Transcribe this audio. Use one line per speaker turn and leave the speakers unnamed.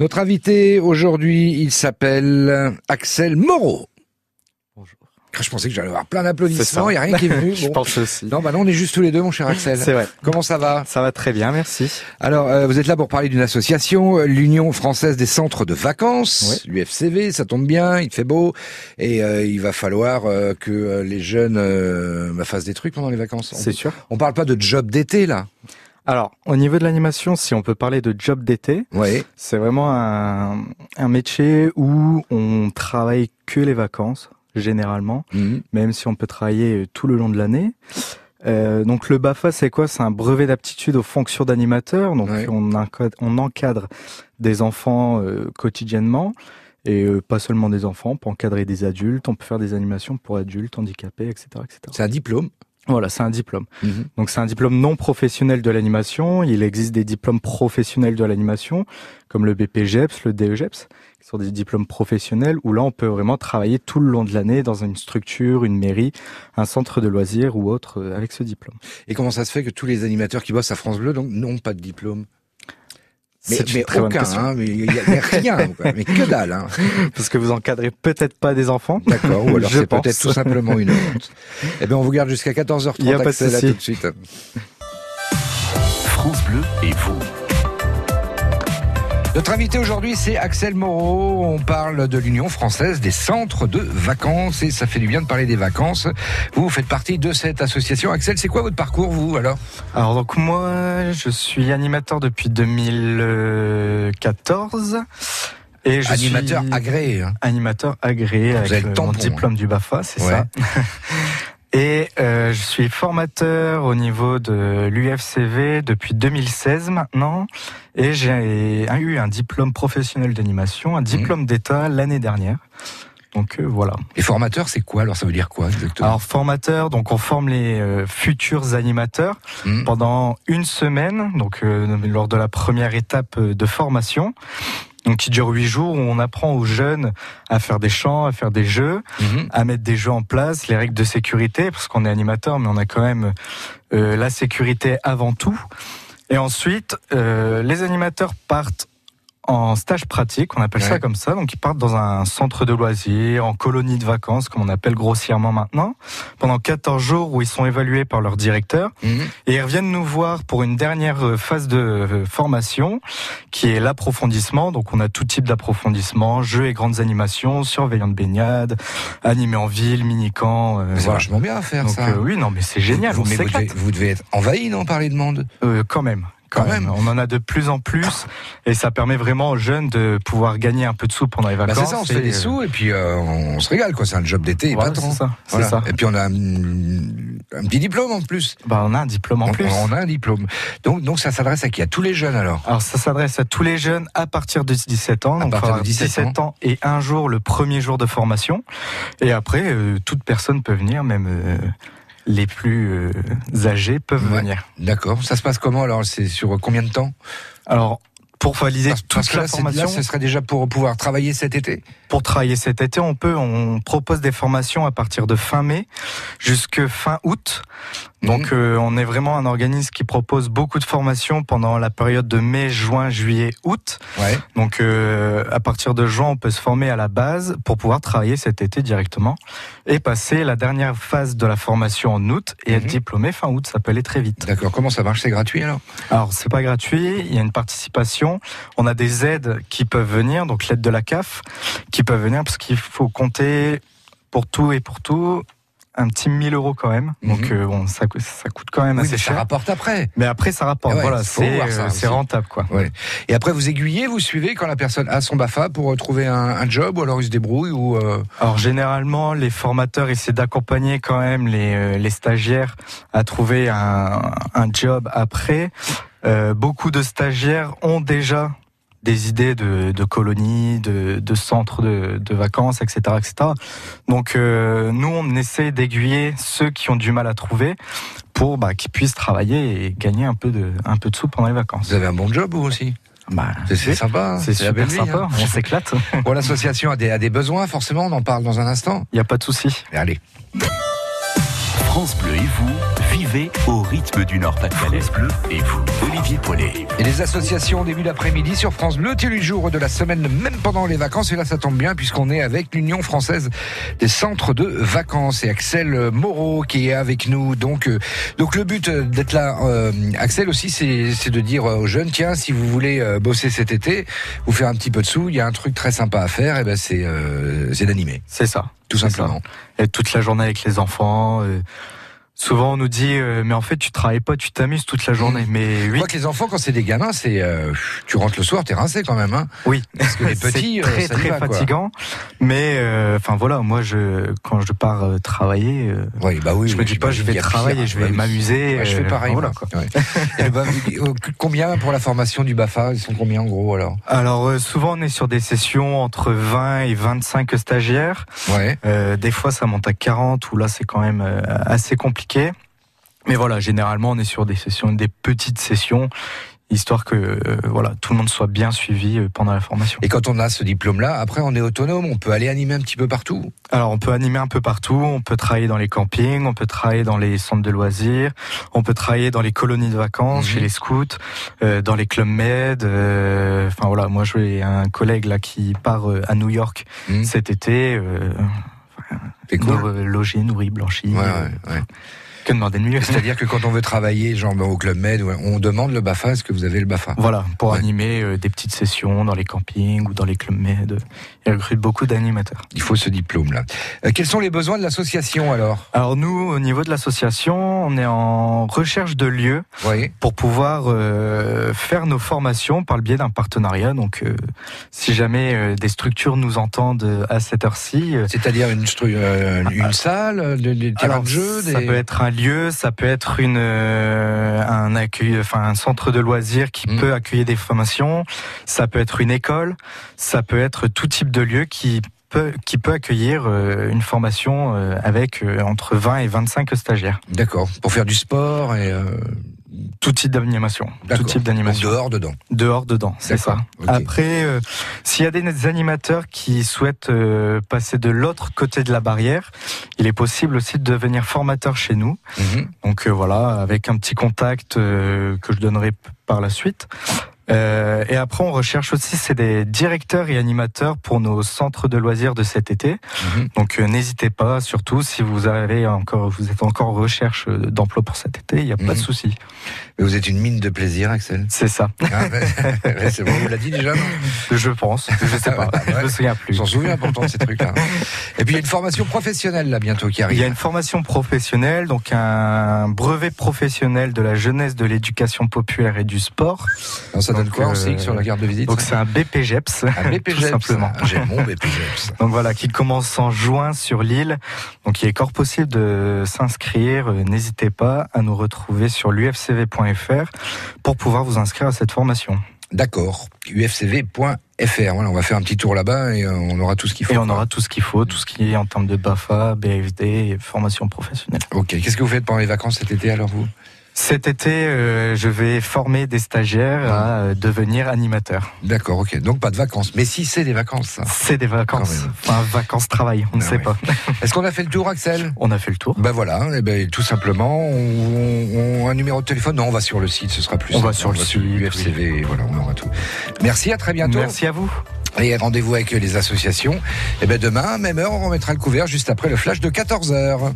Notre invité aujourd'hui, il s'appelle Axel Moreau. Ah,
Bonjour.
Je pensais que j'allais avoir plein
C'est
d'applaudissements,
ça.
il n'y a rien qui est venu.
Je
Bon.
pense aussi.
Non, bah non, on est juste tous les deux, mon cher Axel.
C'est vrai.
Comment ça va
Ça va très bien, merci.
Alors, euh, vous êtes là pour parler d'une association, euh, l'Union française des centres de vacances, l'UFCV, ça tombe bien, il fait beau, et euh, il va falloir euh, que euh, les jeunes euh, bah, fassent des trucs pendant les vacances.
C'est sûr.
On, on parle pas de job d'été, là
Alors, au niveau de l'animation, si on peut parler de job d'été,
Oui.
c'est vraiment un, un métier où on travaille que les vacances, généralement, même si on peut travailler tout le long de l'année. Euh, donc le BAFA, c'est quoi C'est un brevet d'aptitude aux fonctions d'animateur. Donc
Ouais.
on, encadre, on encadre des enfants euh, quotidiennement. Et euh, pas seulement des enfants, on peut encadrer des adultes, on peut faire des animations pour adultes, handicapés, etc. etc.
C'est un diplôme.
Voilà, c'est un diplôme. Donc c'est un diplôme non professionnel de l'animation. Il existe des diplômes professionnels de l'animation, comme le BPGEPS, E le DEGEPS, qui sont des diplômes professionnels où là on peut vraiment travailler tout le long de l'année dans une structure, une mairie, un centre de loisirs ou autre euh, avec ce diplôme.
Et comment ça se fait que tous les animateurs qui bossent à France Bleu donc, n'ont pas de diplôme Mais,
C'est une
mais
très bonne
aucun,
question.
hein, mais il y, a- il y a rien, quoi. mais que dalle. Hein.
Parce que vous encadrez peut-être pas des enfants.
D'accord, ou alors
Je
c'est
pense.
peut-être tout simplement une honte. Eh bien, on vous garde jusqu'à 14h30,
Il y a pas de
Axel, à
souci.
tout de suite.
France Bleu et vous.
Notre invité aujourd'hui, c'est Axel Moreau. On parle de l'Union française des centres de vacances et ça fait du bien de parler des vacances. Vous, vous faites partie de cette association. Axel, c'est quoi votre parcours, vous, alors
Alors donc moi, je suis animateur depuis 2014. Et je
Animateur
suis...
agréé. hein.
animateur agréé
avez
avec
le
le-
tampon,
mon diplôme du BAFA, c'est
Ouais.
ça. Et euh, je suis formateur au niveau de l'UFCV depuis 2016 maintenant. Et j'ai eu un diplôme professionnel d'animation, un diplôme
Mmh.
d'État l'année dernière. Donc euh, voilà.
Et formateur, c'est quoi Alors, ça veut dire quoi exactement
Alors formateur, donc on forme les euh, futurs animateurs
Hmm.
pendant une semaine, donc euh, lors de la première étape euh, de formation, donc qui dure huit jours, où on apprend aux jeunes à faire des chants, à faire des jeux,
Mhm.
à mettre des jeux en place, les règles de sécurité, parce qu'on est animateur, mais on a quand même euh, la sécurité avant tout. Et ensuite, euh, les animateurs partent en stage pratique, on appelle
Ouais.
ça comme ça, donc ils partent dans un centre de loisirs, en colonie de vacances, comme on appelle grossièrement maintenant, pendant 14 jours où ils sont évalués par leur directeur.
Mhm.
Et ils reviennent nous voir pour une dernière euh, phase de euh, formation, qui est l'approfondissement. Donc on a tout type d'approfondissement, jeux et grandes animations, surveillants de baignade, animés en ville, mini-camp. euh,
C'est
voilà.
vachement bien à faire,
Donc
ça.
euh, oui, non mais c'est génial,
Vous,
on
mais vous, devez,
s'éclate.
vous devez être envahi, non, par les demandes
Euh, quand même. Quand,
Quand
même. on en a de plus en plus et ça permet vraiment aux jeunes de pouvoir gagner un peu de sous pendant les
Bah,
vacances.
C'est ça, on se fait
et,
des
euh,
sous et puis euh, on se régale, quoi. C'est un job d'été et
voilà,
pas
c'est
tant.
ça. c'est
Voilà.
ça.
Et puis on a hum, un petit diplôme en plus.
Bah, on a un diplôme en
on,
plus.
on a un diplôme. Donc, donc ça s'adresse à qui À tous les jeunes alors
Alors ça s'adresse à tous les jeunes à partir de 17 ans,
À
donc
partir de
avoir
17
ans. et un jour le premier jour de formation. Et après, euh, toute personne peut venir, même euh, les plus euh, âgés peuvent
Ouais.
venir.
D'accord. Ça se passe comment alors C'est sur combien de temps
Alors pour valider
Parce, parce
toute
que
la
là, c'est- là,
formation,
ce serait déjà pour pouvoir travailler cet été.
pour travailler cet été, on peut, on propose des formations à partir de fin mai jusque fin août. Donc
Mhm.
euh, on est vraiment un organisme qui propose beaucoup de formations pendant la période de mai, juin, juillet, août.
Mmh. Ouais.
Donc euh, à partir de juin, on peut se former à la base pour pouvoir travailler cet été directement et passer la dernière phase de la formation en août et être
Mhm.
diplômé fin août. Ça peut aller très vite.
D'accord. Comment ça marche C'est gratuit alors
Alors c'est pas gratuit, il y a une participation. On a des aides qui peuvent venir, donc l'aide de la CAF qui peuvent venir parce qu'il faut compter pour tout et pour tout un petit 1000 euros quand même. Donc
Mhm.
euh, bon, ça, co- ça coûte quand même
Oui,
assez
mais ça
bah, cher.
rapporte après.
Mais après ça rapporte.
Eh ouais,
voilà,
faut
c'est
voir ça
euh,
aussi.
c'est rentable quoi.
Et après, vous aiguillez, vous suivez quand la personne a son Bafa pour euh, trouver un, un job ou alors il se débrouille ou. euh,
Alors généralement, les formateurs essaient d'accompagner quand même les, euh, les stagiaires à trouver un, un job après. Euh, beaucoup de stagiaires ont déjà des idées de, de colonies, de, de centres de, de vacances, etc., etc. Donc euh, nous, on essaie d'aiguiller ceux qui ont du mal à trouver pour bah, qu'ils puissent travailler et gagner un peu de un peu de sous pendant les vacances.
Vous avez un bon job vous aussi
Bah,
C'est- C'est sympa. hein.
c'est
la belle
super
vie,
sympa,
hein.
on s'éclate,
Bon, l'association a des, a des besoins, forcément, on en parle dans un instant.
il n'y a pas de souci.
Mais allez.
France Bleu et vous, vivez Vivez au rythme du Nord-Pas-de-Calais. Et vous, Olivier Paulet.
Et les associations au début d'après-midi sur France Bleu, tous les jours de la semaine, même pendant les vacances. Et là, ça tombe bien puisqu'on est avec l'Union française des centres de vacances et Axel Moreau qui est avec nous. Donc, euh, donc le but euh, d'être là, euh, Axel aussi, c'est c'est de dire euh, aux jeunes, tiens, si vous voulez euh, bosser cet été, vous faire un petit peu de sous, il y a un truc très sympa à faire, et ben c'est euh, c'est d'animer,
C'est ça.
tout
C'est ça.
simplement.
Être euh, toute la journée avec les enfants. euh, souvent, on nous dit, euh, mais en fait, tu travailles pas, tu t'amuses toute la journée. Mais
Mmh. Je
oui,
crois que les enfants, quand c'est des gamins, c'est euh, tu rentres le soir, t'es rincé quand même. Hein
oui.
Parce que les
C'est
petits, euh,
très
ça y
très
va, quoi.
fatigant. Mais euh, enfin voilà, moi, je quand je pars euh, travailler, euh,
Oui, bah oui.
je me
oui,
dis pas, je
j'imagine qu'il
vais
y a pire,
travailler, je
bah
vais
oui.
m'amuser.
Ouais, je fais
euh,
pareil.
voilà,
moi.
quoi.
Ouais. Et ben, euh, combien pour la formation du Bafa Ils sont combien en gros alors
Alors euh, souvent, on est sur des sessions entre 20 et 25 stagiaires.
Ouais.
Euh, des fois, ça monte à 40, où là, c'est quand même euh, assez compliqué. Mais voilà, généralement, on est sur des sessions, des petites sessions, histoire que euh, voilà, tout le monde soit bien suivi euh, pendant la formation.
Et quand on a ce diplôme-là, après on est autonome, on peut aller animer un petit peu partout.
Alors, on peut animer un peu partout, on peut travailler dans les campings, on peut travailler dans les centres de loisirs, on peut travailler dans les colonies de vacances,
Mhm.
chez les scouts, euh, dans les clubs med. euh, Enfin voilà, moi, j'ai un collègue là qui part euh, à New York
Mhm.
cet été. Euh,
C'est cool.
nour- logé, nourri, blanchi.
Ouais,
euh,
ouais, ouais.
Que demander de mieux
C'est-à-dire que quand on veut travailler, genre ben, au Club Med, ouais, on demande le BAFA, est-ce que vous avez le BAFA
Voilà, pour
Ouais.
animer euh, des petites sessions dans les campings ou dans les clubs med. Il recrute beaucoup d'animateurs.
Il faut ce diplôme-là. Euh, quels sont les besoins de l'association alors
Alors nous, au niveau de l'association, on est en recherche de lieux
Oui.
pour pouvoir euh, faire nos formations par le biais d'un partenariat. Donc euh, si jamais euh, des structures nous entendent euh, à cette heure-ci... euh,
C'est-à-dire une, stru- euh, une salle, euh, des, des terrains
Ah, alors,
de jeu
ça
des-
peut être un lieu, ça peut être une, euh, un accueil, enfin un centre de loisirs qui
Mm.
peut accueillir des formations, ça peut être une école, ça peut être tout type de lieu qui peut qui peut accueillir euh, une formation euh, avec euh, entre 20 et 25 stagiaires.
D'accord. Pour faire du sport et euh,
Tout type d'animation, tout
d'accord.
type d'animation,
Donc dehors, dedans.
dehors, dedans, c'est ça.
D'accord. Ok.
Après, euh, s'il y a des animateurs qui souhaitent euh, passer de l'autre côté de la barrière, il est possible aussi de devenir formateur chez nous.
Mhm.
Donc euh, voilà, avec un petit contact euh, que je donnerai p- par la suite. Euh, et après, on recherche aussi, c'est des directeurs et animateurs pour nos centres de loisirs de cet été.
Mhm.
Donc euh, n'hésitez pas, surtout si vous avez encore, vous êtes encore en recherche euh, d'emploi pour cet été, il n'y a pas
Mhm.
de souci.
Mais vous êtes une mine de plaisir, Axel.
C'est ça,
Ah, ouais. Ouais, c'est bon, on vous l'a dit déjà. non
je pense. Je sais pas,
Ah ouais.
je me souviens
Je
plus.
s'en souviens pourtant de ces trucs-là. Et puis il y a une formation professionnelle là bientôt qui
Il y a
arrive.
une formation professionnelle, donc un brevet professionnel de la jeunesse, de l'éducation populaire et du sport.
Alors, ça donne
Donc,
quoi en
euh,
signe sur la carte de visite
Donc c'est un BPGEPS.
un BPGEPS.
tout simplement.
Ah, J'ai mon BPGEPS.
Donc voilà, qui commence en juin sur l'île. Donc il est encore possible de s'inscrire. Euh, N'hésitez pas à nous retrouver sur l'ufcv.fr pour pouvoir vous inscrire à cette formation.
D'accord. ufcv.fr. Voilà, on va faire un petit tour là-bas et euh, on aura tout ce qu'il faut.
Et on aura tout ce qu'il faut, tout ce qui est en termes de BAFA, BFD, et formation professionnelle.
Ok. Qu'est-ce que vous faites pendant les vacances cet été alors vous
Cet été, euh, je vais former des stagiaires à euh, devenir animateurs.
D'accord. Ok. Donc pas de vacances. Mais si c'est des vacances. ça.
C'est des
Ah.
vacances.
Quand même.
Enfin, vacances-travail, on ne
Ah
sait
ouais.
pas.
Est-ce qu'on a fait le tour, Axel
On a fait le tour.
ben voilà, eh ben, tout simplement, on, on- un numéro de téléphone, non, on va sur le site, ce sera plus
On
simple.
va sur le site, oui.
UFCV, voilà, on aura tout. Merci, à très bientôt.
Merci à vous.
Et Eh rendez-vous avec les associations. Et ben demain, même heure, on remettra le couvert juste après le flash de 14h.